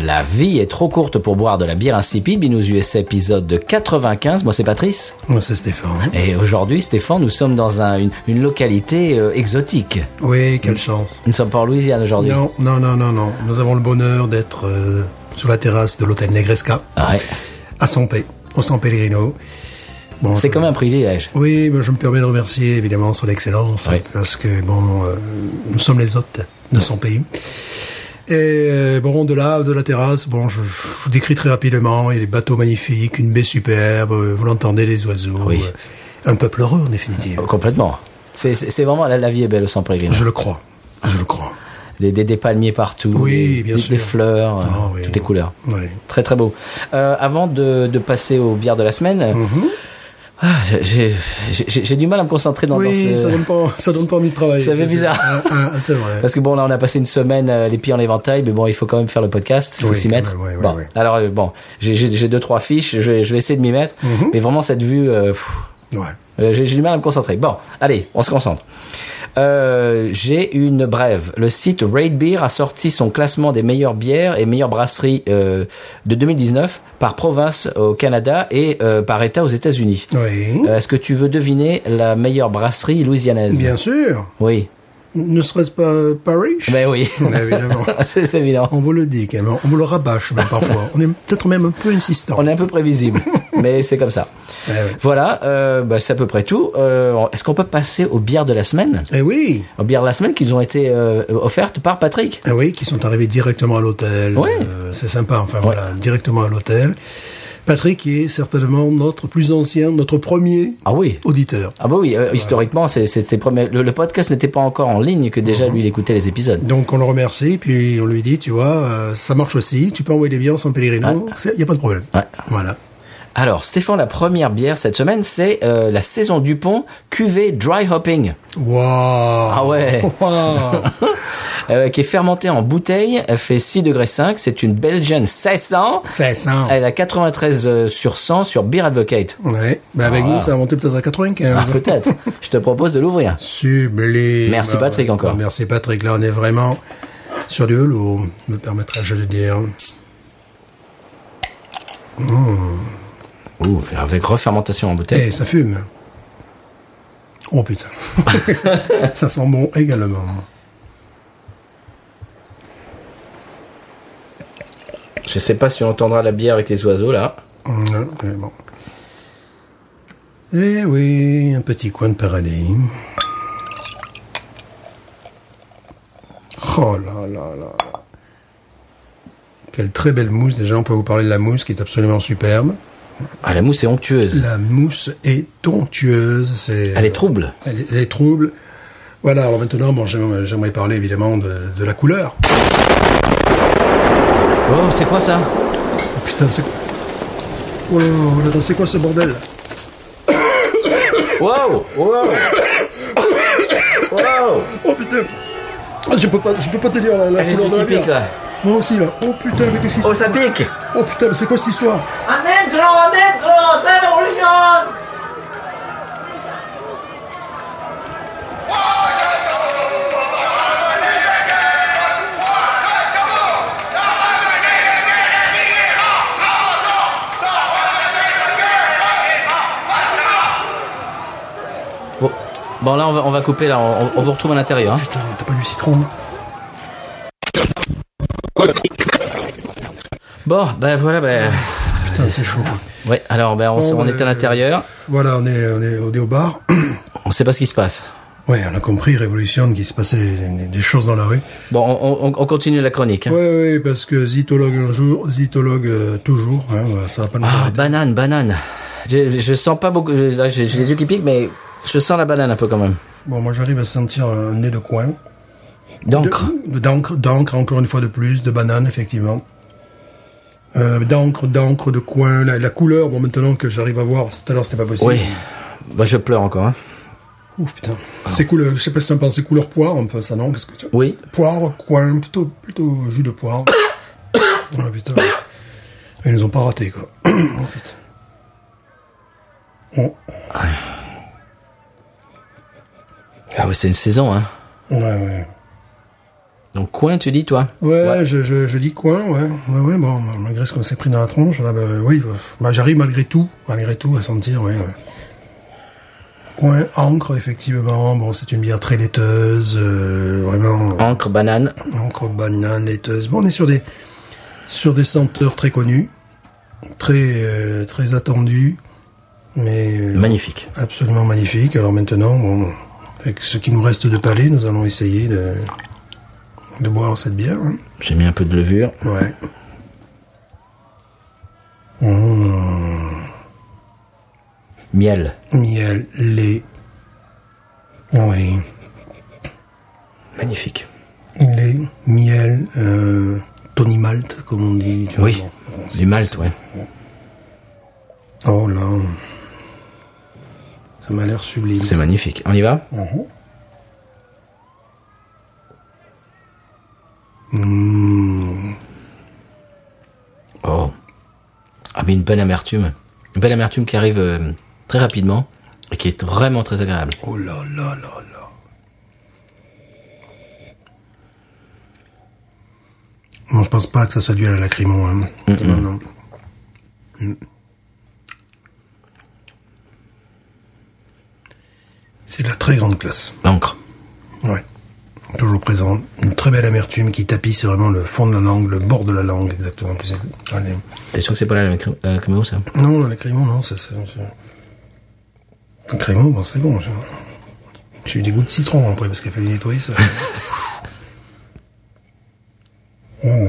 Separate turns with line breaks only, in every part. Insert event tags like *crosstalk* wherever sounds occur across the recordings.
La vie est trop courte pour boire de la bière insipide. Binous USA épisode de 95. Moi Oh, c'est Patrice.
Moi, c'est Stéphane.
Et aujourd'hui Stéphane, nous sommes dans un- une, une localité euh, exotique.
Oui, quelle chance.
Nous ne sommes pas en Louisiane aujourd'hui.
Non, non, non, non, non. Nous avons le bonheur d'être euh, sur la terrasse de l'hôtel Negresca,
Ah ouais.
à Sampé, au San Pellegrino. Bon,
C'est
je-
comme un privilège.
Oui, mais je me permets de remercier évidemment son excellence,
Oui.
parce que bon, euh, nous sommes les hôtes de son pays. Et euh, bon, de là, de la terrasse, bon, je, je vous décris très rapidement, il y a des bateaux magnifiques, une baie superbe, euh, vous l'entendez, les oiseaux.
Oui.
euh, un peuple heureux, en définitive.
Euh, Complètement. C'est- C'est c'est vraiment la, la vie est belle au San Pellegrino.
Je le crois, je le crois.
Des, des, des palmiers partout,
Oui,
des,
bien
des-
sûr.
des fleurs, euh,
Ah oui.
toutes les couleurs.
Oui.
Très très beau. Euh, avant de, de passer aux bières de la semaine, euh,
Mhm.
ah, j'ai- j'ai j'ai du mal à me concentrer dans, dans ce...
Oui, ça donne pas, ça donne pas envie de travailler.
Ça fait
C'est-
bizarre.
c'est- Ah, ah, c'est vrai.
Parce que bon, là, on a passé une semaine euh, les pieds en éventail, mais bon, il faut quand même faire le podcast, il faut
Oui,
s'y
quand
mettre.
même, oui, oui,
bon,
oui.
alors euh, bon, j'ai- j'ai j'ai deux trois fiches, je, vais- je vais essayer de m'y mettre,
Mhm.
mais vraiment cette vue, euh, pfff,
Ouais.
Euh, J'ai j'ai du mal à me concentrer. Bon, allez, on se concentre. Euh, J'ai une brève. Le site Raid Beer a sorti son classement des meilleures bières et meilleures brasseries euh, de 2019 par province au Canada et euh, par État aux États-Unis.
Oui.
Euh, Est-ce que tu veux deviner la meilleure brasserie louisianaise
Bien sûr.
Oui.
Ne serait-ce pas euh, Parrish
Ben oui. *laughs*
Mais évidemment.
C'est c'est évident.
On vous le dit quand même, on vous le rabâche même parfois. on est peut-être même un peu insistant.
On est un peu prévisible, mais c'est comme ça.
Eh oui.
Voilà, euh, bah, c'est à peu près tout. Euh, Est-ce qu'on peut passer aux bières de la semaine
Eh oui,
Aux bières de la semaine qui nous ont été euh, offertes par Patrick.
eh oui, qui sont arrivés directement à l'hôtel.
Ouais.
Euh, c'est sympa, enfin voilà, directement à l'hôtel. Patrick est certainement notre plus ancien, notre premier
Ah oui.
auditeur.
Ah bah oui, euh, historiquement, c'est- c'était premier- le, le podcast n'était pas encore en ligne que déjà lui il écoutait les épisodes.
Donc on le remercie, puis on lui dit, tu vois, euh, ça marche aussi, tu peux envoyer des biens sans Pellegrino, il n'y a pas de problème.
Ouais.
Voilà.
Alors Stéphane, la première bière cette semaine, c'est euh, la saison Dupont cuvée dry hopping,
Waouh Ah
ouais.
*laughs* Waouh
euh, qui est fermentée en bouteille, elle fait 6 degrés 5, c'est une Belgian 1600.
C'est ça
Elle a 93 euh, sur 100 sur Beer Advocate.
Ouais, mais avec nous, ça a monté peut-être à 95.
Ah, *laughs* peut-être. Je te propose de l'ouvrir.
Sublime.
Merci,
Ah,
Patrick,
ouais.
encore.
Ah, Merci Patrick, là on est vraiment sur du velours, me permettrais-je de dire.
Ouh, avec refermentation en bouteille.
Eh, ça fume.
*laughs*
Oh putain. ça sent bon également.
Je sais pas si on entendra la bière avec les oiseaux là.
Ouais, mais bon. Eh oui, un petit coin de paradis. Oh là là là là. Quelle très belle mousse. Déjà, on peut vous parler de la mousse qui est absolument superbe.
Ah, la mousse est onctueuse.
La mousse est onctueuse. C'est,
Elle est trouble.
Elle est- elle est trouble. Voilà, alors maintenant, bon, j'aim- j'aimerais parler évidemment de, de la couleur.
Oh, c'est quoi ça
Oh, putain, c'est. Oh là là, oh là là, c'est quoi ce bordel
Wow Wow Wow
Oh putain Ah, Je peux pas, je peux pas te dire la, la
Ah, j'ai
couleur
ce
de la
qui pique,
bière.
là.
Moi aussi là. Oh putain, mais qu'est-ce qui se
*coughs* Oh, ça
passe
pique
Oh putain, mais c'est quoi cette histoire
Adentro, adentro, c'est révolution
Bon, bon, là, on va, on va couper, là. On, on vous retrouve à l'intérieur. hein.
Putain, t'as pas du citron là
Bon, ben voilà, ben...
Putain, c'est chaud. quoi.
Ouais, alors, ben, on, s-
Bon,
on est à
euh,
l'intérieur.
Voilà, on est, on est, on est au bar. *clears throat*
On sait pas ce qui se passe.
Ouais, on a compris, Révolution, qu'il se passait des- des- des choses dans la rue.
Bon, on, on- on continue la chronique. hein.
Ouais, ouais, parce que zitologue un jour, zitologue euh, toujours, hein, voilà, ça va pas nous
Ah,
arrêter.
banane, banane. Je, je sens pas beaucoup... je- là, J'ai j'ai les yeux qui piquent, mais je sens la banane un peu, quand même.
Bon, moi j'arrive à sentir un nez de coin.
D'encre.
De- D'encre, d'encre, encore une fois de plus, de banane, effectivement. euh, d'encre, d'encre, de coin, la, la couleur, bon maintenant que j'arrive à voir, tout à l'heure c'était pas possible.
Oui. Bah, je pleure encore. hein.
Ouf putain. C'est couleur, je sais pas si t'en penses, c'est couleur poire, enfin ça non, qu'est-ce que tu...
Oui.
Poire, coin, plutôt, plutôt jus de poire. *coughs* oh putain. Ils nous ont pas raté quoi. *coughs* oh putain. Bon.
Ah ouais, c'est une saison, hein.
Ouais, ouais.
Donc, coin, tu dis, toi
Ouais, Je, je, je dis coin, ouais. Ouais, ouais, bon, malgré ce qu'on s'est pris dans la tronche, là, bah, oui, bah, bah, j'arrive malgré tout, malgré tout à sentir, ouais. ouais. Coin, encre, effectivement, bon, c'est une bière très laiteuse, euh, vraiment, euh,
Encre, banane.
encre, banane, laiteuse. Bon, on est sur des, sur des senteurs très connues, très, euh, très attendues, mais... euh,
Magnifique.
Absolument magnifique. Alors maintenant, bon, avec ce qui nous reste de palais, nous allons essayer de, de boire cette bière. hein.
J'ai mis un peu de levure.
Ouais.
Miel.
Miel, lait. Oui.
Magnifique.
Lait, miel, euh, Tony Malt, comme on dit. tu vois,
Oui.
bon, bon,
Du malt, ouais.
Oh là. Ça m'a l'air sublime.
C'est magnifique. On y va
Mhm.
Oh. Ah, mais une bonne amertume. Une belle amertume qui arrive euh, très rapidement et qui est vraiment très agréable.
Oh là là là là. Non, je pense pas que ça soit dû à la lacrymo. Hein. Non, non. Mm. C'est de la très grande classe.
L'encre.
Ouais. Toujours présent. Une très belle amertume qui tapisse vraiment le fond de la langue, le bord de la langue, exactement. Puis c'est- Allez.
T'es sûr que c'est pas la lacry- la hein lacrymo, ça
Non, la lacrymo, non, c'est... c'est- c'est- Lacrymo, bon, c'est bon. j'ai- J'ai eu des goûts de citron après, parce qu'il a fallu nettoyer ça. Oh.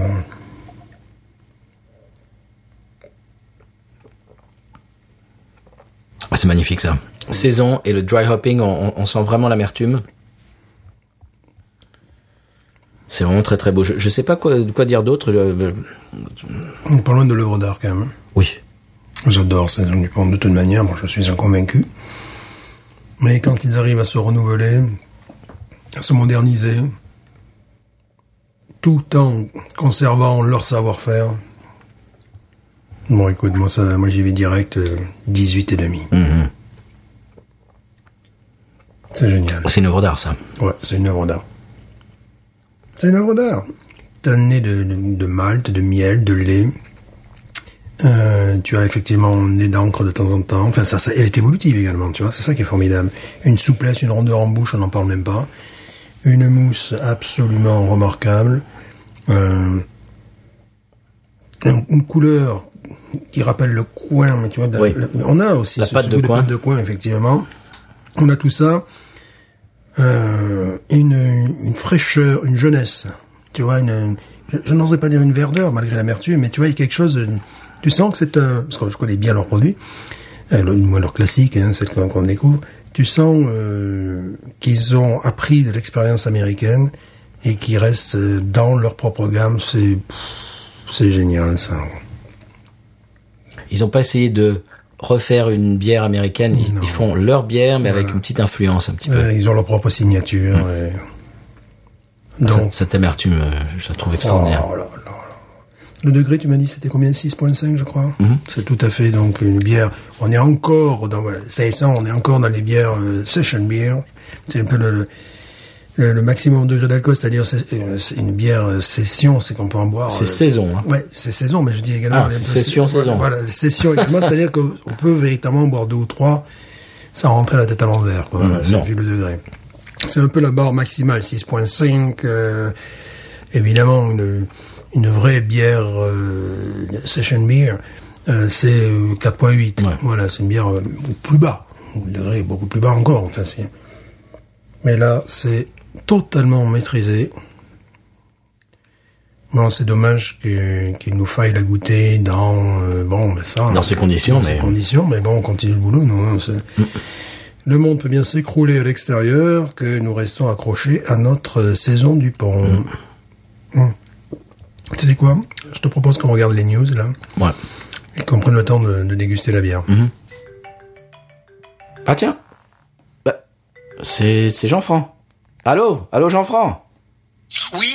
Ah, c'est magnifique, ça. Saison et le dry hopping, on, on- on sent vraiment l'amertume. C'est vraiment très très beau. Je, je sais pas quoi, quoi dire d'autre. je- euh,
On est pas loin de l'œuvre d'art, quand même. hein.
Oui.
J'adore Saison Dupont, de toute manière, moi je suis un convaincu. Mais quand ils arrivent à se renouveler, à se moderniser, tout en conservant leur savoir-faire, bon écoute, moi, ça, moi j'y vais direct euh, 18 et demi. C'est génial.
C'est une œuvre d'art, ça.
Ouais, c'est une œuvre d'art. C'est une œuvre d'art. T'as le nez de, de, de malt, de miel, de lait. Euh, tu as effectivement le nez d'encre de temps en temps. Enfin, ça, ça, elle est évolutive également, tu vois. C'est ça qui est formidable. Une souplesse, une rondeur en bouche, on n'en parle même pas. Une mousse absolument remarquable. Euh, une, une couleur qui rappelle le coin, mais tu vois.
Oui.
la- on a aussi
La
ce,
pâte
ce
de
goût de
coin.
pâte de coin, effectivement. On a tout ça. Euh, une, une fraîcheur, une jeunesse. Tu vois, une, une- je, je n'oserais pas dire une verdeur malgré l'amertume, mais tu vois, il y a quelque chose. de- tu sens que c'est un, parce que je connais bien leurs produits, euh, le- moi leur classique, hein, celle qu'on qu'on découvre. Tu sens euh, qu'ils ont appris de l'expérience américaine et qu'ils restent euh, dans leur propre gamme. C'est pff, c'est génial ça.
Ils n'ont pas essayé de refaire une bière américaine. Ils,
Non.
ils font leur bière, mais avec une petite influence, un petit peu.
Euh, ils ont leur propre signature. et-
Ah, Cette, cette amertume, euh, je la trouve extraordinaire.
Oh là là là. Le degré, tu m'as dit, c'était combien 6.5, je crois.
Mhm.
C'est tout à fait donc une bière. On est encore dans voilà, 500, on est encore dans les bières euh, session beer. C'est un peu le, le, le maximum degré d'alcool, c'est-à-dire c'est euh, c'est une bière euh, session, c'est qu'on peut en boire.
C'est
euh,
saison, hein.
Ouais, c'est saison, mais je dis également.
Ah,
elle est
c'est
un peu-
session,
voilà,
saison.
Voilà, session également, c'est-à-dire qu'on on peut véritablement boire deux ou trois sans rentrer la tête à l'envers. quoi. Voilà, c'est
Mm, non.
vu le degré. C'est un peu la barre maximale, 6.5. euh, évidemment, une, une vraie bière euh, session beer, euh, c'est euh, 4.8.
Ouais.
Voilà, c'est une bière euh, plus bas. Le degré est beaucoup plus bas encore. Enfin, c'est... Mais là, c'est totalement maîtrisé. Bon, c'est dommage que- qu'il nous faille la goûter dans euh, bon, ben ça,
Dans ces conditions,
dans ces
mais- Mm.
conditions, mais bon, on continue le boulot, nous. hein, c'est- le monde peut bien s'écrouler à l'extérieur, que
Mm.
nous restons accrochés à notre euh, saison du pont. C'est Mm. quoi Je te propose qu'on regarde les news, là,
Ouais.
et qu'on prenne le temps de, de déguster la bière.
Mm. Ah tiens. Bah, c'est c'est Jean-Franc. Allô Allô Jean-Franc
Oui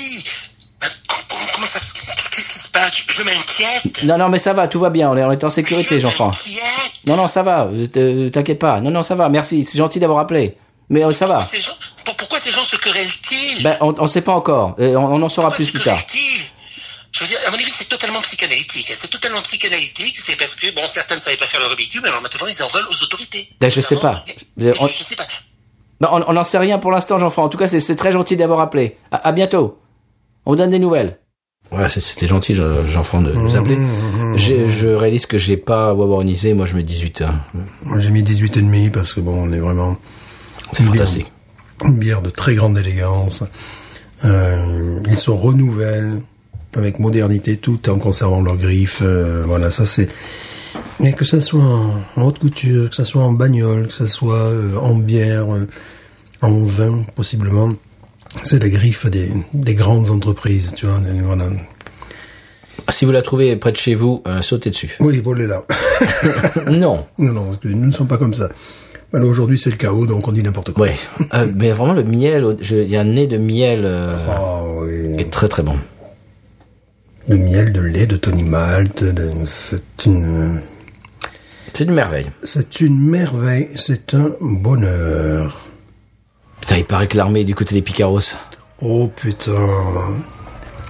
euh, Comment comment ça se... Qu'est-ce qui se passe Je je m'inquiète
Non, non, mais ça va, tout va bien, on est, on est en sécurité, Jean-Franc.
Je m'inquiète.
Non, non, ça va, euh, te- t'inquiète pas. Non, non, ça va, merci, c'est gentil d'avoir appelé. Mais euh, ça va.
Ces gens- pour- Pourquoi ces gens se querellent-ils
Ben, on, on sait pas encore, Euh, on, on en saura
Pourquoi
plus
se
plus tard.
querellent-ils Je veux dire, à mon avis, c'est totalement psychanalytique. C'est totalement psychanalytique, c'est parce que, bon, certains ne savaient pas faire leur habitude, mais alors maintenant, ils en veulent aux autorités.
Ben, je sais
Notamment-
pas. Je- on-
Je sais pas.
Ben, on n'en sait rien pour l'instant, Jean-Franc. En tout cas, c'est- c'est très gentil d'avoir appelé. À, à bientôt. On vous donne des nouvelles. Voilà, c'est- c'était gentil, Jean- Jean-Franc, de nous appeler. J'ai- Je réalise que j'ai pas wawaronisé, moi je mets 18 heures.
Moi, J'ai mis 18,5 parce que, bon, on est vraiment...
C'est
Une bière-
fantastique.
Une bière de très grande élégance. Euh, ils se renouvellent avec modernité tout en conservant leurs griffes. Euh, voilà, ça c'est. Mais que ça soit en, en haute couture, que ça soit en bagnole, que ça soit euh, en bière, euh, en vin possiblement, c'est la griffe des, des grandes entreprises, tu vois. des- voilà.
Ah, Si vous la trouvez près de chez vous, euh, sautez
*coughs*
dessus.
Oui, volez là.
Non.
*laughs* non, non, parce que nous ne sommes pas comme ça. Alors aujourd'hui c'est le chaos, donc on dit n'importe quoi.
Ouais. Euh, mais vraiment, le miel, je- il y a un nez de miel euh,
Ah oui.
qui est très très bon.
De miel, de lait, de Tony Malt, de- c'est une.
C'est une merveille.
C'est une merveille, c'est un bonheur.
Putain, il paraît que l'armée est du côté des Picaros.
Oh putain.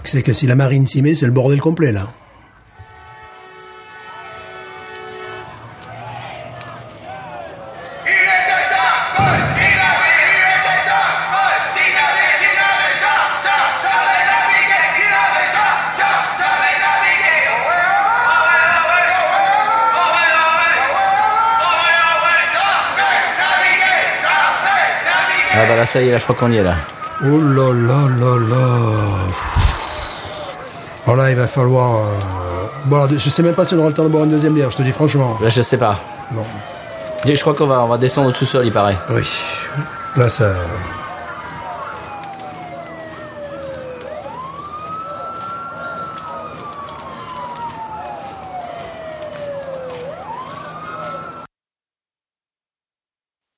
C'est que si la marine s'y met, c'est le bordel complet là.
Ah bah là, ça y est, là, je crois qu'on y est là.
Oh là là là là. Alors là, il va falloir. euh, Bon, alors, je sais même pas si on aura le temps de boire une deuxième bière, je te dis franchement.
Là, je sais pas.
Non.
Je crois qu'on va, on va descendre au sous-sol, il paraît.
Oui. Là, ça.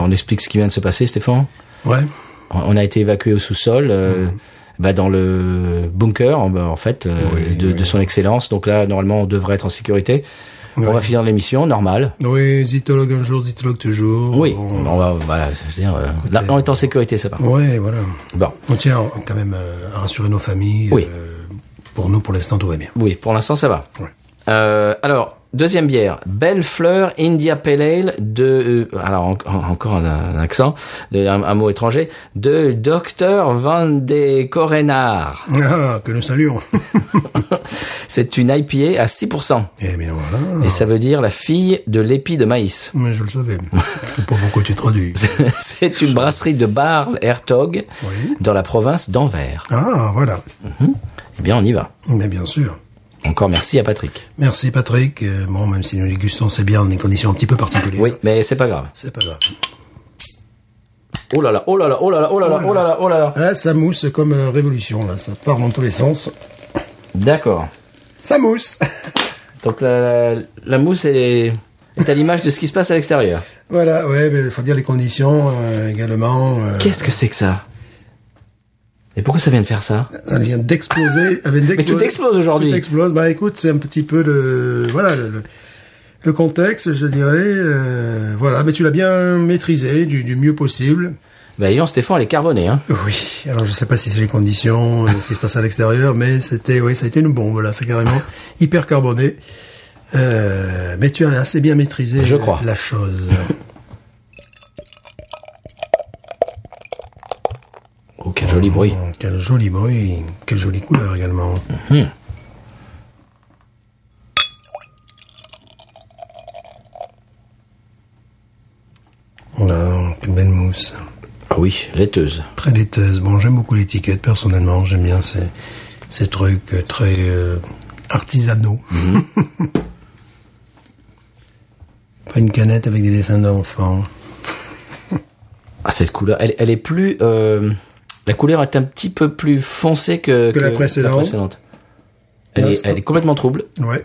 On explique ce qui vient de se passer, Stéphane.
Ouais.
On- On a été évacué au sous-sol, euh,
Mhm.
bah, dans le bunker, en, en fait, euh,
Oui,
de,
oui.
de son excellence. Donc là, normalement, on devrait être en sécurité. On va finir l'émission, normal.
Oui, zitologue un jour, zitologue toujours.
Oui, Bah,
On-
on va, voilà, je veux dire, euh, là, on est en sécurité, ça va.
Ouais, voilà.
Bon.
On tient quand même euh, à rassurer nos familles.
Oui.
euh, pour nous, pour l'instant, tout va bien.
Oui, pour l'instant, ça va.
Ouais.
Euh, alors, deuxième bière, Belle Fleur India Pale Ale de... euh, alors, en- en- encore un, un accent, de- un, un mot étranger, de Dr Van de Corenard.
*laughs* Ah, que nous saluons.
*laughs* C'est une IPA à 6%.
eh bien voilà.
Et ça veut dire la fille de l'épi de maïs. *laughs*
Mais je le *laughs* savais. Je sais pas pourquoi tu traduis.
C'est une brasserie de Barl Hertog
Oui.
dans la province d'Anvers.
Ah, voilà.
Eh bien, on y va.
Mais bien sûr.
Encore merci à Patrick.
Merci Patrick. Euh, Bon, même si nous dégustons, c'est bien dans des conditions un petit peu particulières.
Oui, mais c'est pas grave.
C'est pas grave.
Oh là là, oh là là, oh là là, oh là là, oh là là, oh là là.
Ah, ça mousse comme euh, révolution, là. Ça part dans tous les sens.
D'accord.
Ça mousse. *laughs*
Donc la, la- la mousse est, est à l'image de ce qui se passe à l'extérieur.
Euh. voilà, ouais, mais il faut dire les conditions euh, également. euh,
Qu'est-ce que c'est que ça Et pourquoi ça vient de faire ça
Elle vient d'exploser. elle vient d'exploser.
tout explose aujourd'hui.
Tout explose. Bah écoute, c'est un petit peu le voilà le, le- le contexte, je dirais. euh, voilà, mais tu l'as bien maîtrisé du, du mieux possible.
Bah ayant Stéphane, elle est carbonée, hein.
Oui. Alors je sais pas si c'est les conditions, euh, ce qui se passe à l'extérieur, mais c'était oui, ça a été une bombe là, c'est carrément hyper carboné. Euh, mais tu as assez bien maîtrisé
Je crois.
la chose.
Oh, quel joli bruit.
Oh, Quel joli bruit, quelle jolie couleur également.
Mhm.
Voilà, quelle belle mousse.
Ah oui, laiteuse.
Très laiteuse. Bon, j'aime beaucoup l'étiquette personnellement. J'aime bien ces, ces trucs euh, très euh, artisanaux.
Mhm.
*laughs* Pas une canette avec des dessins d'enfants.
Ah cette couleur, elle, elle est plus... euh, la couleur est un petit peu plus foncée que,
Que la précédente.
Elle,
Ah,
est,
ça.
elle est complètement trouble.
Ouais.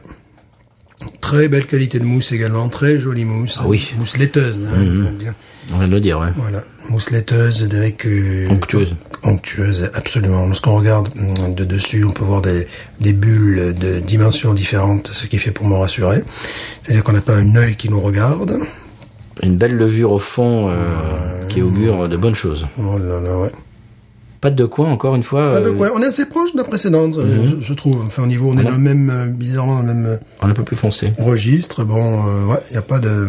Très belle qualité de mousse également, très jolie mousse.
Ah oui. Mhm.
Mousse laiteuse, hein, on dit bien.
On vient de le dire, ouais.
Voilà, mousse laiteuse avec... euh,
Onctueuse.
Onctueuse, absolument. Lorsqu'on regarde mm, de dessus, on peut voir des, des bulles de dimensions différentes, ce qui fait pour me rassurer. C'est-à-dire qu'on n'a pas un œil qui nous regarde.
Une belle levure au fond euh, qui augure de bonnes choses.
Oh là là, ouais.
Pas de coin, encore une fois.
Pas de
euh,
quoi. On est assez proche de la précédente, euh, je, je trouve. Enfin, au niveau, on est dans le même, euh, bizarrement, dans le même
On un peu plus foncé.
registre. Bon, euh, ouais, il n'y a pas de...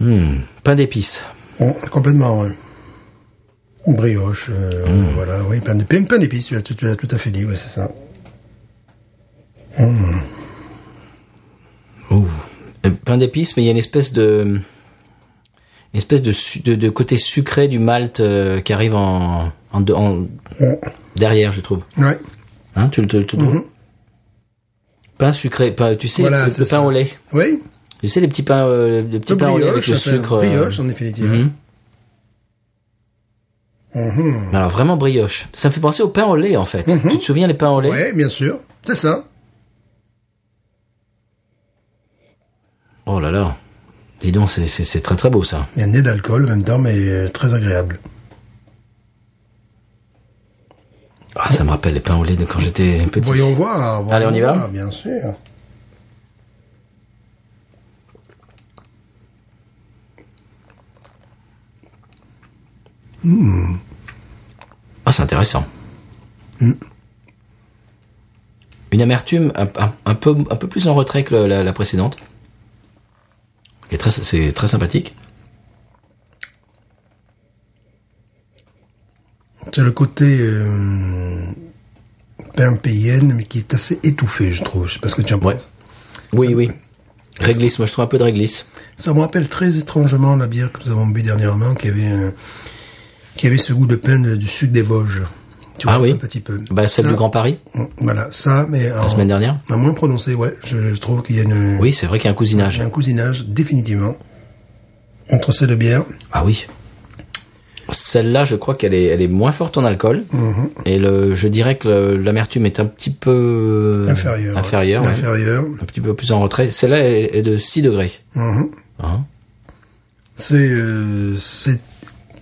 Hmm, Pain d'épices.
Bon, complètement, ouais. Une Brioche, euh, voilà, oui, pain de- pain- pain d'épices, tu l'as tu l'as tout à fait dit, ouais, c'est ça.
Ouh. Euh, Pain d'épices, mais il y a une espèce de. Une espèce de, su- de, de côté sucré du malt euh, qui arrive en, en, de- en- derrière, je trouve.
Ouais.
Hein, tu le tu le- tu le trouves Pain sucré, pain, tu sais,
Mhm. Voilà,
le,
c'est
le pain
ça.
au lait.
Oui,
Tu sais, les petits pains, euh, les petits
le
pains au lait avec
brioche,
le
enfin,
sucre. euh,
brioche, en définitive.
Mais alors vraiment brioche. Ça me fait penser au pain au lait en fait. Tu te souviens les pains au lait
Mhm. Ouais, bien sûr, c'est ça.
Oh là là. Dis donc, c'est- c'est c'est très très beau ça.
Il y a un nez d'alcool en même temps, mais euh, très agréable.
Ah, ça me rappelle les pains au lait de quand j'étais petit.
Voyons voir. voyons
Allez, on y va
voir, Bien sûr.
Ah, c'est intéressant.
Mm.
Une amertume un, un- un peu, un peu plus en retrait que la, la- la précédente. Qui est très- C'est très sympathique.
C'est le côté euh, pain payenne, mais qui est assez étouffé, je trouve. Je sais pas ce que tu en
Ouais.
penses.
Oui, oui. Réglisse, moi je trouve un peu de réglisse.
Ça me rappelle très étrangement la bière que nous avons bu dernièrement, qui avait un- qui avait ce goût de pain de- du sud des Vosges. Tu
Ah oui.
un petit peu.
Bah, celle
Ça- Oh.
du Grand Paris,
Voilà, ça, mais en,
la semaine dernière.
en moins prononcé, ouais. Je, je trouve qu'il y a une,
Oui, c'est vrai qu'il y a un cousinage.
j'ai un cousinage définitivement entre ces deux bières.
Ah oui. Celle-là, je crois qu'elle est, elle est moins forte en alcool.
Mm-hmm.
Et le, je dirais que le- l'amertume est un petit peu
Inférieure.
inférieure, Euh, ouais.
Inférieure.
un petit peu plus en retrait. Celle-là est, est de 6 degrés.
Mhm.
Hein
C'est, euh, c'est,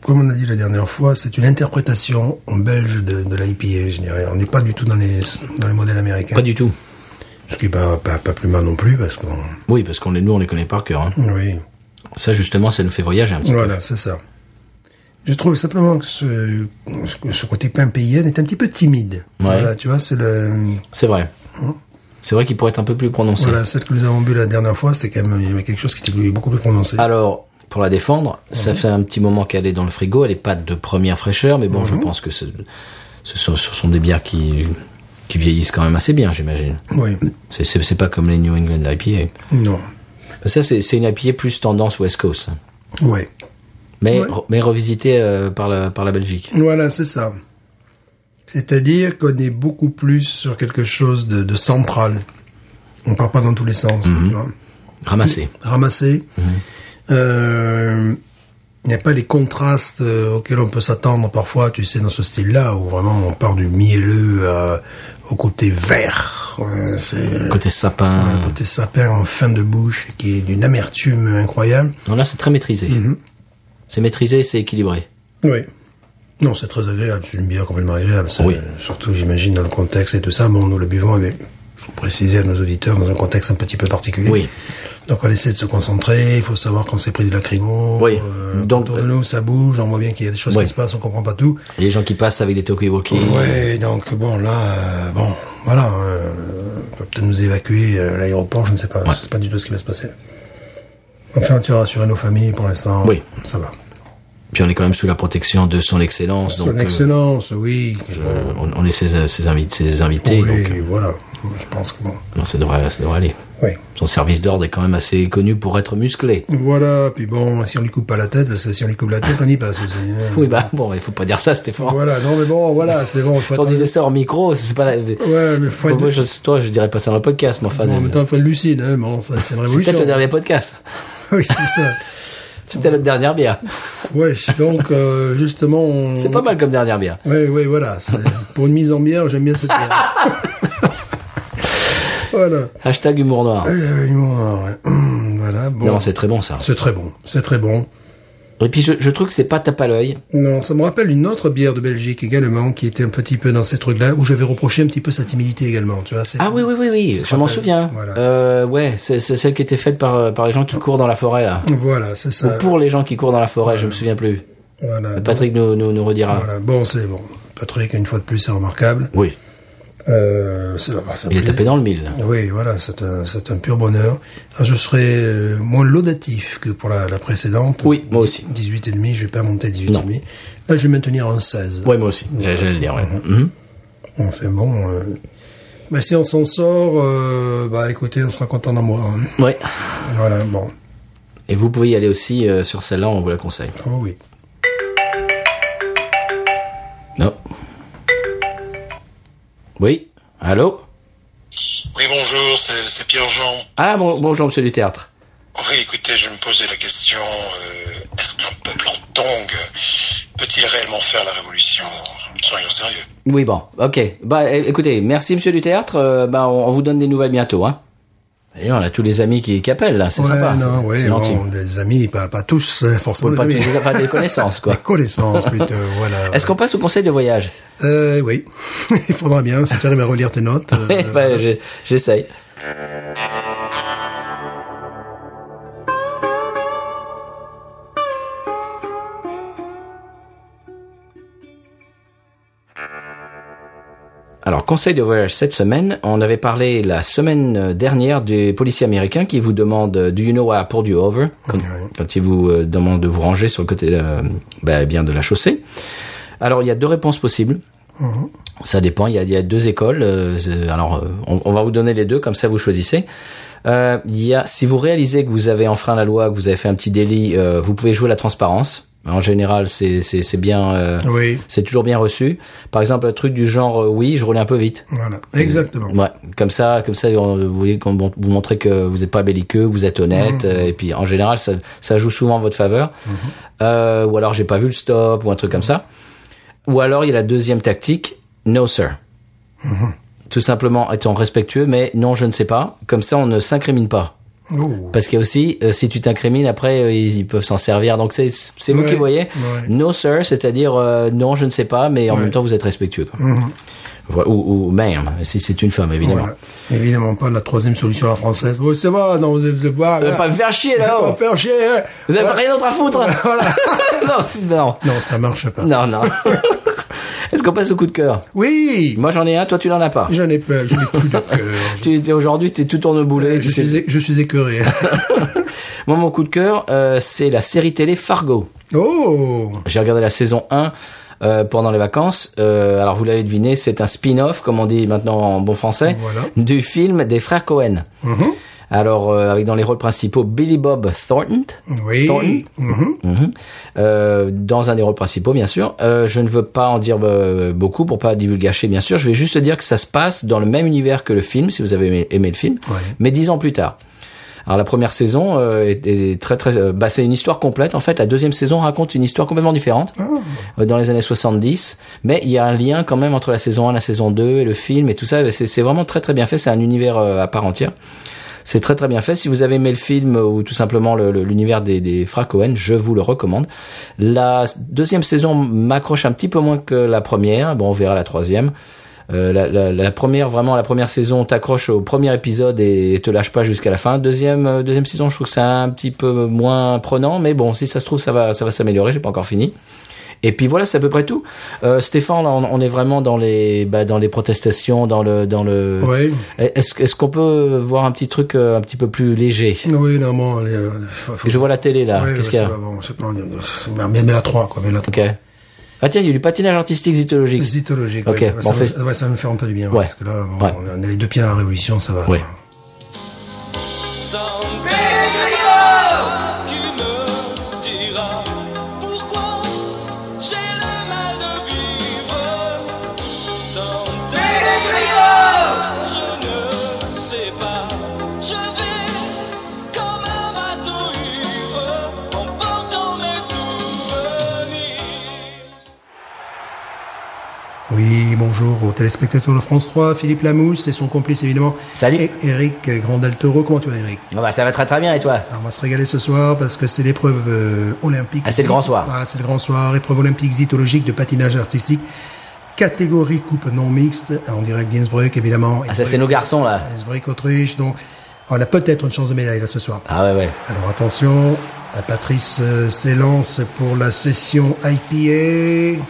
comme on a dit la dernière fois, c'est une interprétation en belge de, de l'IPA, je dirais. On n'est pas du tout dans les, dans les modèles américains.
Pas du tout.
Ce qui n'est pas, pas, pas plus mal non plus, parce qu'on,
Oui, parce qu'on les, nous, on les connaît par cœur. hein.
oui.
Ça, justement, ça nous fait voyager un petit
Voilà, c'est ça. Je trouve simplement que ce, ce côté pain payenne est un petit peu timide.
Ouais.
Voilà, tu vois, c'est le,
peu. C'est vrai. C'est vrai qu'il pourrait être un peu plus prononcé.
Mm. voilà, celle que nous avons bu la dernière fois, c'était quand même, il y avait quelque chose qui était beaucoup plus prononcé.
Alors, pour la défendre,
Mhm.
ça fait un petit moment qu'elle est dans le frigo. Elle est pas de première fraîcheur, mais bon, je
Mhm.
pense que ce, ce sont, ce sont des bières qui, qui vieillissent quand même assez bien, j'imagine.
Oui.
C'est- C'est c'est pas comme les New England IPA.
Non.
Ça, c'est c'est une IPA plus tendance West Coast. hein.
Ouais.
Mais,
Ouais.
re- mais revisitée euh, par, la, par la Belgique.
Voilà, c'est ça. C'est-à-dire qu'on est beaucoup plus sur quelque chose de, de central. On part pas dans tous les sens. tu vois.
Ramassée.
Ramassé. Euh, il n'y a pas les contrastes euh, auxquels on peut s'attendre parfois, tu sais, dans ce style-là, où vraiment on part du mielleux à- au côté vert. Euh, c'est
Côté sapin.
un côté sapin en fin de bouche qui est d'une amertume incroyable.
Non, là, c'est très maîtrisé.
Mhm.
C'est maîtrisé, c'est équilibré.
Oui. Non, c'est très agréable. C'est une bière complètement agréable. ça.
Oui.
Surtout, j'imagine, dans le contexte et tout ça. Bon, nous le buvons avec, faut préciser à nos auditeurs, dans un contexte un petit peu particulier.
Oui.
Donc, on essaie de se concentrer. Il faut savoir qu'on s'est pris de la crigo.
Oui.
Euh,
Donc,
autour de nous, ça bouge. On voit bien qu'il y a des choses
Oui.
qui se passent. On comprend pas tout.
Il y a des gens qui passent avec des talkie-walkie.
Ouais. Donc, bon, là, euh, bon, voilà. euh, on peut peut-être nous évacuer euh, à l'aéroport. Je ne sais pas. Je sais pas du tout ce qui va se passer. Enfin, tu as rassuré nos familles pour l'instant.
Oui.
Ça va.
Puis on est quand même sous la protection de son excellence.
Son
donc, euh,
excellence, oui.
euh, on, on est ses, ses invités. Ses invités
Oh, Oui,
donc, euh,
voilà. Je pense que bon.
non, ça, devrait, ça devrait aller.
Oui.
Son service d'ordre est quand même assez connu pour être musclé. *laughs*
Voilà, puis bon, si on lui coupe pas la tête, parce que si on lui coupe la tête, on y passe aussi. hein.
Oui, bah bon, il faut pas dire ça, Stéphane.
Voilà, non mais bon, voilà, c'est bon, faut
Si on
être-
disait ça en micro, c'est pas la...
Ouais, mais faut
Bon,
être...
moi, je, toi, je dirais pas ça dans le podcast, mais enfin...
Bon, en
euh,
même temps, faut être lucide, hein. bon, ça, c'est une
c'est
révolution.
peut-être le dernier podcast.
Oui, c'est ça.
C'était notre dernière bière.
Wesh, donc, euh, justement...
*laughs*
on-
C'est pas mal comme dernière bière. *laughs*
Oui, oui, voilà. c'est- Pour une mise en bière, j'aime bien cette bière. Voilà.
Hashtag humour noir.
Euh, j'avais eu mon noir, ouais. Hum, voilà, bon.
Non, c'est très bon ça.
C'est très bon. C'est très bon.
Et puis je, je trouve que c'est pas tape à l'œil.
Non, ça me rappelle une autre bière de Belgique également, qui était un petit peu dans ces trucs-là, où j'avais reproché un petit peu sa timidité également, tu vois. c'est-
Ah oui, oui, oui, oui, je m'en
rappelles.
souviens.
Voilà.
Euh, ouais, c'est c'est celle qui était faite par, euh, par les gens qui courent dans la forêt là.
Voilà, c'est
Ou
ça.
pour les gens qui courent dans la forêt, je me souviens plus.
Voilà.
Patrick nous, nous, nous redira.
Euh, Voilà. Bon, c'est bon. Patrick, une fois de plus, c'est remarquable.
Oui,
Euh, c'est, bah, c'est un
il est
plaisir.
tapé dans le mille.
Oui, voilà, c'est un, c'est un pur bonheur. Ah, je serai euh, moins laudatif que pour la, la précédente.
Oui, moi aussi.
18 et demi, je vais pas monter 18
Non.
et demi. Là, je vais maintenir un 16.
Ouais, moi aussi, j'allais j'allais le dire, ouais. Mhm.
On fait bon. euh, bah, si on s'en sort, euh, bah écoutez, on sera content d'en moi. hein.
Ouais.
Voilà, bon.
Et vous pouvez y aller aussi euh, sur celle-là, on vous la conseille.
Oh oui.
Non. Oui. Allô
Oui, bonjour, c'est c'est Pierre-Jean.
Ah, bon- bonjour, monsieur du théâtre.
Oui, écoutez, je me posais la question, euh, est-ce qu'un peuple en tongue peut-il réellement faire la révolution Soyons sérieux.
Oui, bon, ok. Bah, é- écoutez, merci, monsieur du théâtre. Euh, bah, on, on vous donne des nouvelles bientôt, hein. Et on a tous les amis qui, qui appellent, là, c'est
ouais,
sympa.
non,
C'est-
ouais,
c'est gentil.
bon, des amis, pas, pas tous, hein,
Faut
*laughs* forcément.
pas
des
tous
amis.
les avoir des connaissances, quoi.
Des connaissances, plutôt, *laughs* voilà.
Est-ce qu'on passe au conseil de voyage
Euh, oui. *laughs* Il faudra bien, si tu arrives à relire tes
*laughs*
notes. euh,
Eh ben, j'ai- J'essaye. Alors, conseil de voyage cette semaine, on avait parlé la semaine dernière du policier américain qui vous demande euh, Do you know where I pulled you over quand, quand il vous euh, demande de vous ranger sur le côté euh, ben, bien de la chaussée. Alors, il y a deux réponses possibles. Ça dépend. Il y a, il y a deux écoles. euh, c'est- alors, euh, on, on va vous donner les deux, comme ça vous choisissez. Euh, il y a, si vous réalisez que vous avez enfreint la loi, que vous avez fait un petit délit, euh, vous pouvez jouer la transparence. En général, c'est c'est- c'est bien, euh,
Oui,
c'est toujours bien reçu. Par exemple, un truc du genre, euh, oui, je roulais un peu vite.
voilà. Exactement.
Ouais, comme ça, comme ça, on- vous voyez qu'on- bon, vous montrez que vous n'êtes pas belliqueux, vous êtes
Mmh.
honnête, euh, et puis en général, ça, ça joue souvent en votre faveur. Euh, ou alors, j'ai pas vu le stop, ou un truc comme ça. Ou alors, il y a la deuxième tactique, no sir.
Mmh.
Tout simplement étant respectueux, mais non, je ne sais pas. Comme ça, on ne s'incrimine pas.
Oh.
Parce qu'il y a aussi, euh, si tu t'incrimines, après, euh, ils, ils peuvent s'en servir. Donc, c'est c'est vous
Ouais,
qui voyez.
ouais.
No, sir, c'est-à-dire euh, non, je ne sais pas, mais en même temps, vous êtes respectueux. quoi.
Mmh.
Voilà, Ou, ou même, si c'est une femme, évidemment.
Voilà. Évidemment pas la troisième solution à la française. Oui, c'est va, non, vous allez voir. hein.
Euh, Pas me faire chier,
va
là-haut
faire chier. hein.
Vous avez
Voilà.
rien d'autre à foutre *laughs* Non, c'est- non,
Non, ça marche pas.
non,
*laughs*
non. Est-ce qu'on passe au coup de cœur
Oui,
Moi, j'en ai un, toi, tu n'en as pas.
j'en ai pas, je n'ai
*laughs*
plus de cœur.
Tu t'es- Aujourd'hui, t'es tout tourneboulé.
Je
tu sais-
suis, je suis écœuré. *laughs*
Moi, mon coup de cœur, euh, c'est la série télé Fargo.
Oh,
J'ai regardé la saison 1 euh, pendant les vacances. Euh, alors vous l'avez deviné, c'est un spin-off, comme on dit maintenant en bon français,
Voilà. Mhm.
du film des frères Cohen. Alors euh, avec dans les rôles principaux Billy Bob Thornton.
oui.
Thornton.
Mhm.
Mhm. Euh, dans un des rôles principaux, bien sûr. Euh, je ne veux pas en dire euh, beaucoup pour pas divulgacher, bien sûr. Je vais juste dire que ça se passe dans le même univers que le film, si vous avez aimé, aimé le film,
Ouais.
mais dix ans plus tard. Alors la première saison euh, est, est très très, euh, bah, c'est une histoire complète. En fait, la deuxième saison raconte une histoire complètement différente euh, dans les années 70, mais il y a un lien quand même entre la saison 1, la saison 2 et le film et tout ça. C'est c'est vraiment très très bien fait. C'est un univers euh, à part entière. C'est très très bien fait. Si vous avez aimé le film euh, ou tout simplement le- le- l'univers des, des frères Cohen, je vous le recommande. La deuxième saison m'accroche un petit peu moins que la première. Bon, on verra la troisième. Euh, la, la- la première, vraiment la première saison, t'accroche au premier épisode et, et te lâche pas jusqu'à la fin. Deuxième, euh, deuxième saison, je trouve que c'est un petit peu moins prenant, mais bon, si ça se trouve, ça va, ça va s'améliorer. J'ai pas encore fini. Et puis voilà, c'est à peu près tout. Euh, Stéphane, là, on, on est vraiment dans les, bah, dans les protestations, dans le, dans le,
Oui,
est-ce est-ce qu'on peut voir un petit truc euh, un petit peu plus léger
oui, non, bon, allez, euh, faut- faut-
Je vois la télé là.
Ouais, ouais,
Qu'est-ce qu'il y
ça
a
va, bon, je sais pas, on dit- mais, mais la 3, quoi, mais la 3.
Ok. Ah tiens, il y a eu du patinage artistique zytologique.
Zytologique,
Ok,
ouais.
bon,
ça, va-
fait-
ça va- ça va me faire un peu du bien, ouais,
Ouais.
parce que là, bon,
Ouais.
on a- on a les deux pieds à la révolution, ça va.
Ouais.
Pègriard qui me dira pourquoi j'ai le mal de vivre sans Pègriard Je ne sais pas, je vais comme un bateau ivre en portant mes souvenirs.
Oui, bonjour, aux téléspectateurs de France 3, Philippe Lamousse et son complice évidemment.
Salut.
Et Eric Grandal-Toro, comment tu vas Eric
Ah bah, ça va très très bien et toi
Alors, on va se régaler ce soir parce que c'est l'épreuve euh, olympique.
Ah, c'est le grand soir.
Ah, c'est le grand soir, épreuve olympique zytologique de patinage artistique, catégorie coupe non mixte, en direct d'Innsbruck évidemment.
Ah ça c'est nos garçons là.
Innsbruck, Autriche, donc on a peut-être une chance de médaille là ce soir.
Ah ouais ouais.
Alors attention, la Patrice euh, s'élance pour la session IPA.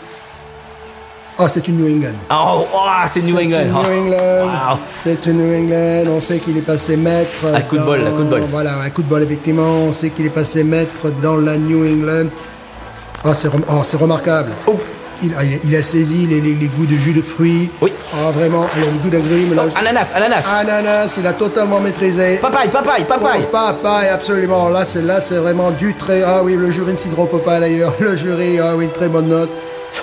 Ah, c'est une New England.
Oh, oh, c'est New
C'est
England.
une
Oh.
New England.
Wow.
C'est une New England. On sait qu'il est passé maître.
À coup de
dans-
bol, à coup de bol.
Voilà, un coup de bol, effectivement. On sait qu'il est passé maître dans la New England. Ah, c'est rem- oh, c'est remarquable.
Oh.
Il, ah, il- il a saisi les, les- les goûts de jus de fruits.
Oui.
Ah, vraiment, il a le goût d'agrumes. là.
Oh, ananas, ananas.
Ah. Ananas, il a totalement maîtrisé.
Papaye, papaye, papaye.
Oh, papaye, absolument. Là, c'est là, c'est vraiment du très. Ah oui, le jury ne s'y trompe pas d'ailleurs. Le jury, ah oui, très bonne note.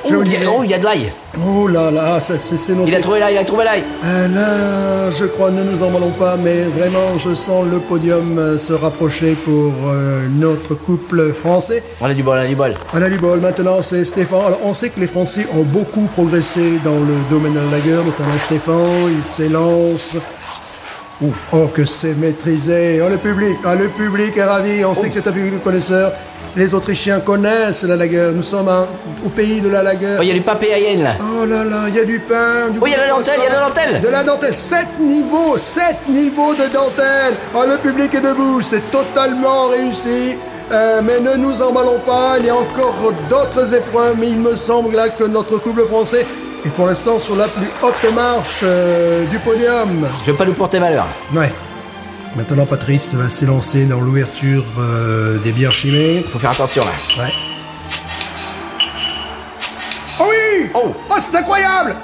Oh,
Joli.
il y a- oh, il y a de l'ail.
Oh là là, ça, c'est c'est non.
Il a trouvé l'ail, il a trouvé l'ail.
Ah là, je crois, ne nous emballons pas, mais vraiment, je sens le podium euh, se rapprocher pour euh, notre couple français.
On a du bol, on a du bol.
On a du bol, maintenant c'est Stéphane. Alors, on sait que les Français ont beaucoup progressé dans le domaine de la guerre, notamment Stéphane, il s'élance. Ouh, Oh, que c'est maîtrisé. Oh, le public, ah, le public est ravi. On sait que c'est un public de connaisseurs. Les Autrichiens connaissent la lagueur. Nous sommes un- au pays de la lagueur.
Oh, il y a du papé Hayen là.
Oh là là, il y a du pain, du
Oh, il y a de la dentelle, il y a de la dentelle.
De la dentelle, 7 niveaux, 7 niveaux de dentelle Oh, le public est debout, c'est totalement réussi Euh, mais ne nous emballons pas, il y a encore d'autres épreuves, mais il me semble là que notre couple français est pour l'instant sur la plus haute marche euh, du podium.
Je veux pas nous porter malheur.
Ouais. Maintenant, Patrice va s'élancer dans l'ouverture euh, des bières chimées.
Faut faire attention là.
Ouais. Oh oui
Oh.
c'est incroyable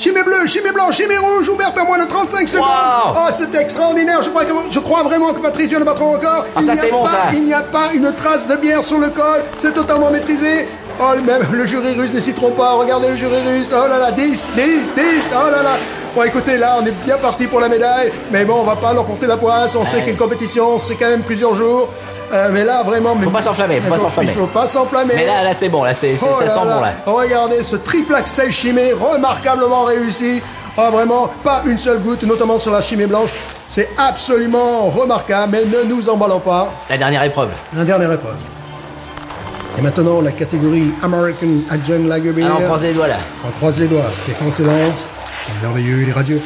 Chimée bleue, chimée blanche, chimée rouge, ouverte à moins de 35 secondes
Wow.
Oh, c'est extraordinaire je crois, que- je crois vraiment que Patrice vient de battre un record
Ah,
Il
ça,
n'y a
c'est bon,
pas-
ça.
Il n'y a pas une trace de bière sur le col, c'est totalement maîtrisé Oh, le- même le jury russe ne s'y trompe pas, regardez le jury russe Oh là là, 10, 10, 10, oh là là Bon, écoutez, là, on est bien parti pour la médaille, mais bon, on va pas leur porter la poisse, on sait
Ouais.
qu'une compétition, c'est quand même plusieurs jours, Euh, mais là, vraiment... mais-
Faut pas s'enflammer, faut pas
Il
s'enflammer.
faut pas s'enflammer
Mais là, là c'est bon, là c'est
Oh
c'est- ça sent bon là.
Regardez ce triple axel chimé, remarquablement réussi. Ah, vraiment, pas une seule goutte, notamment sur la chimée blanche. C'est absolument remarquable, mais ne nous emballons pas.
La dernière épreuve.
Un dernier épreuve. Et maintenant, la catégorie American Adjunct Lager Beer.
Ah, on croise les doigts là.
On croise les doigts. Stéphane s'élance. C'est Merveilleux, il est radieux.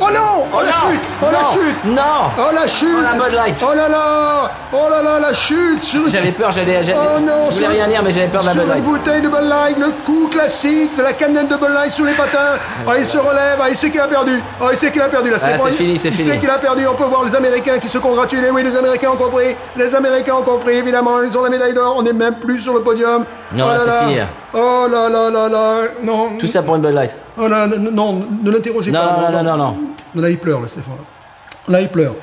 Oh non Oh, la
non
chute Oh la
Non
chute
Non
Oh la chute
Oh, la Bud Light
Oh là là Oh là là, la chute sur-
J'avais peur, j'allais. j'allais-
Oh non,
je voulais
sur-
rien dire, mais j'avais peur de la
sur
Bud Light.
une bouteille de Bud Light, le coup classique de la canette de Bud Light sous les patins. Ah, il se relève, ah, il sait qu'il a perdu. Ah, il sait qu'il a perdu. Là,
Ah,
bon,
c'est
il-
fini, c'est
il
fini.
sait qu'il a perdu. On peut voir les Américains qui se congratulent. Et Oui, les Américains ont compris. Les Américains ont compris, évidemment. Ils ont la médaille d'or. On n'est même plus sur le podium.
Non,
Oh
là, c'est fini, là.
Oh là là là là. Non.
Tout ça pour une Bud Light.
Oh là, non, non, ne l'interrogez
Non,
pas.
non, non, non, non.
Là, il pleure, là, Stéphane. Là, il pleure.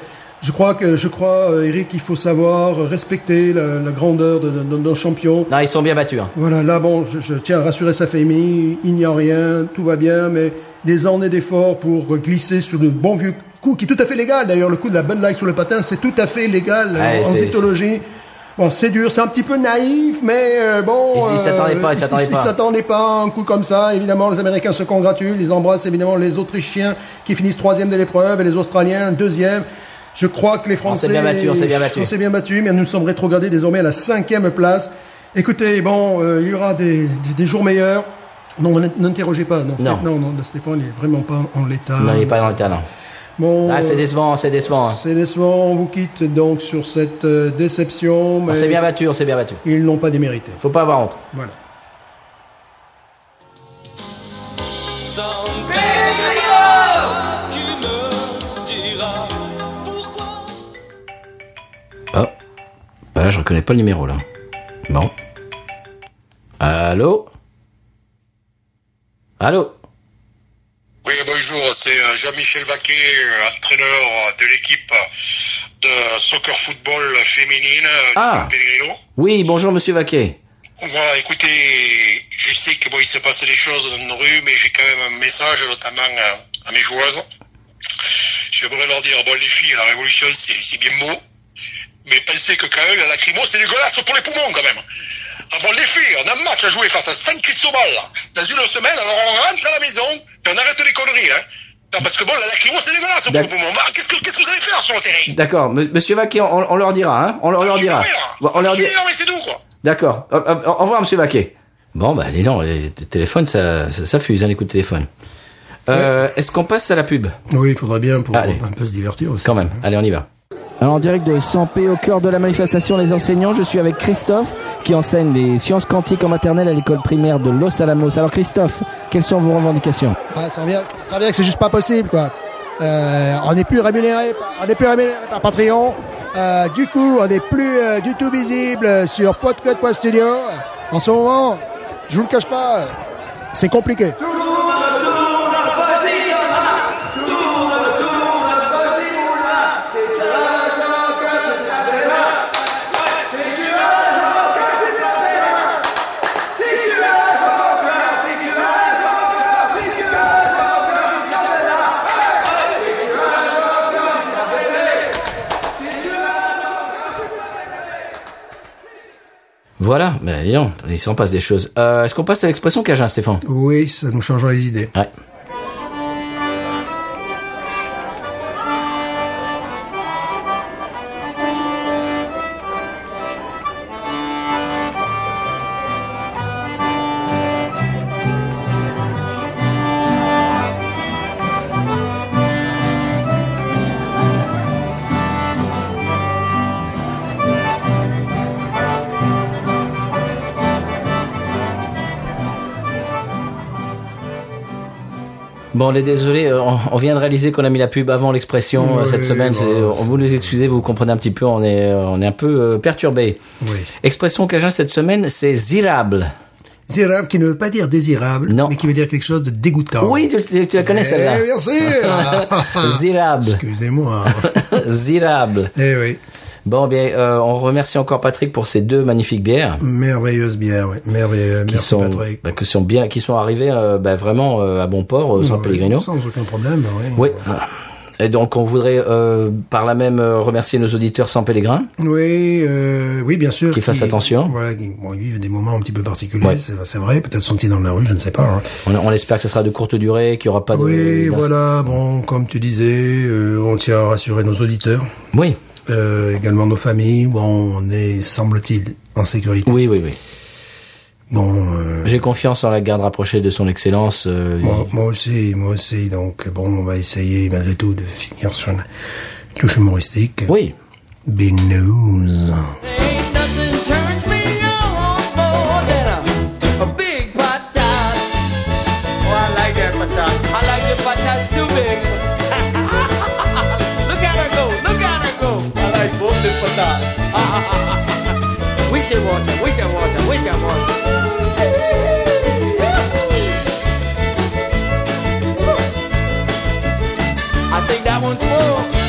Je crois que, je crois, euh, Eric, il faut savoir respecter la, la grandeur de, de- de- d'un champion.
Non, ils sont bien battus. hein.
Voilà, là, bon, je, je tiens à rassurer sa famille. Il n'y a rien, tout va bien, mais des années d'efforts pour glisser sur de bons vieux coups, qui est tout à fait légal. D'ailleurs, le coup de la Bud Light sur le patin, c'est tout à fait légal euh,
Ouais,
en
c'est-
cytologie. Bon, c'est dur, c'est un petit peu naïf, mais euh, bon.
Ils- ils
euh,
s'attendaient pas, ils s'attendaient pas.
s'attendaient pas à un coup comme ça. Évidemment, les Américains se congratulent, ils embrassent évidemment les Autrichiens qui finissent troisième de l'épreuve et les Australiens deuxième. Je crois que les Français.
s'est bien battu, on s'est bien battu.
on s'est bien battu, mais nous sommes rétrogradés désormais à la cinquième place. Écoutez, bon, euh, il y aura des, des- des jours meilleurs. Non, n'in- n'interrogez pas. Non,
Non.
Sté- non, non, Stéphane n'est vraiment pas en l'état.
Non, il est pas dans le talent.
Bon,
Ah, c'est
euh,
décevant, c'est décevant. hein.
c'est décevant. On vous quitte donc sur cette euh, déception,
On s'est
mais
Ah, bien battu, on s'est bien battu.
ils n'ont pas démérité.
Faut pas avoir honte.
Voilà.
Sans qui me dira pourquoi
Oh. Bah là, je reconnais pas le numéro là. Bon. Allô Allô
Oui, bonjour, c'est euh, Jean-Michel Vaquet, euh, entraîneur euh, de l'équipe de soccer football féminine euh, de
Ah.
San Pellegrino.
Oui, bonjour monsieur Vaquet.
Moi, écoutez, je sais que bon, il se passe des choses dans nos rues, mais j'ai quand même un message, notamment à, à mes joueuses. J'aimerais leur dire, bon, les filles, la révolution, c'est c'est bien beau, mais pensez que quand même, la lacrymo, c'est dégueulasse pour les poumons, quand même. Ah bon, les filles, on a un match à jouer face à San Cristobal, là. dans une semaine, alors on rentre à la maison, Et on arrête les conneries, hein. Non, parce que bon, la lacrymo, c'est dégueulasse pour
D'ac-
le moment. Bah, Qu'est-ce que, qu'est-ce que vous allez faire sur le terrain Ah,
D'accord, M- monsieur Vaquet, on, on leur dira, hein On, on leur dira. Bon, on leur dira.
Non, mais c'est doux, quoi.
D'accord. Hop, hop, Au revoir, monsieur Vaquet. Bon, bah dis donc, les téléphones, ça, ça, ça fuse, hein, les coups de téléphone. Euh, Est-ce qu'on passe à la pub
Oui, il faudrait bien pour
Allez.
un peu se divertir aussi.
Quand même. Allez, on y va.
Alors en direct de 100p au cœur de la manifestation Les Enseignants, je suis avec Christophe qui enseigne les sciences quantiques en maternelle à l'école primaire de Los Alamos. Alors Christophe, quelles sont vos revendications
Ouais, ça revient, ça revient que c'est juste pas possible, quoi. Euh, on n'est plus rémunéré, par- on n'est plus rémunéré par Patreon. Euh, du coup, on n'est plus euh, du tout visible euh, sur podcut.studio. En ce moment, je vous le cache pas, euh, c'est compliqué.
Voilà, ben dis donc, il s'en passe des choses. Euh, Est-ce qu'on passe à l'expression Cajun, Stéphane
Oui, ça nous changera les idées.
Ouais. Bon, on est désolé, euh, on, on vient de réaliser qu'on a mis la pub avant l'expression euh, cette
Oui,
semaine.
bah,
c'est- euh, vous nous excusez, vous comprenez un petit peu, on est, euh, on est un peu euh, perturbé.
Oui.
Expression Cajun cette semaine, c'est zirable.
Désirable qui ne veut pas dire désirable,
Non.
mais qui veut dire quelque chose de dégoûtant.
Oui, tu, tu- tu la connais celle-là.
Ah Eh, bien
*laughs*
sûr
Zirable.
Excusez-moi.
*laughs* Zirable.
eh oui,
Bon, bien, euh, on remercie encore Patrick pour ces deux magnifiques bières.
merveilleuse bière, oui. Merveilleux.
Qui
Merci
sont,
Patrick.
bah, que sont bien, qui sont arrivées euh, bah, vraiment euh, à bon port, euh, San
Oui,
Pellegrino.
Sans aucun problème,
Oui.
oui.
Et donc, on voudrait euh, par là même euh, remercier nos auditeurs sans Pellegrin.
Oui, euh, oui, bien sûr.
Qu'ils fassent attention.
Voilà, qui bon, ils vivent des moments un petit peu particuliers,
Ouais.
c'est c'est vrai. Peut-être sont-ils dans la rue, je ne sais pas. hein.
On, on espère que ça sera de courte durée, qu'il n'y aura pas de.
Oui,
d'ins-
voilà. Bon, comme tu disais, euh, on tient à rassurer nos auditeurs,
Oui,
euh, également nos familles. Bon, on est, semble-t-il, en sécurité.
oui, oui, oui.
Bon, euh,
J'ai confiance en la garde rapprochée de son excellence. euh,
moi, moi aussi, moi aussi. Donc, bon, on va essayer malgré tout de finir sur une touche humoristique.
Oui.
Big news.
Ain't nothing turns me on more than a, a big patat. Oh, I like that patat. I like the patats too big. look at her go, look at her go. I like both the patats. we should watch it, we should watch it, we should watch it. I think that one's full.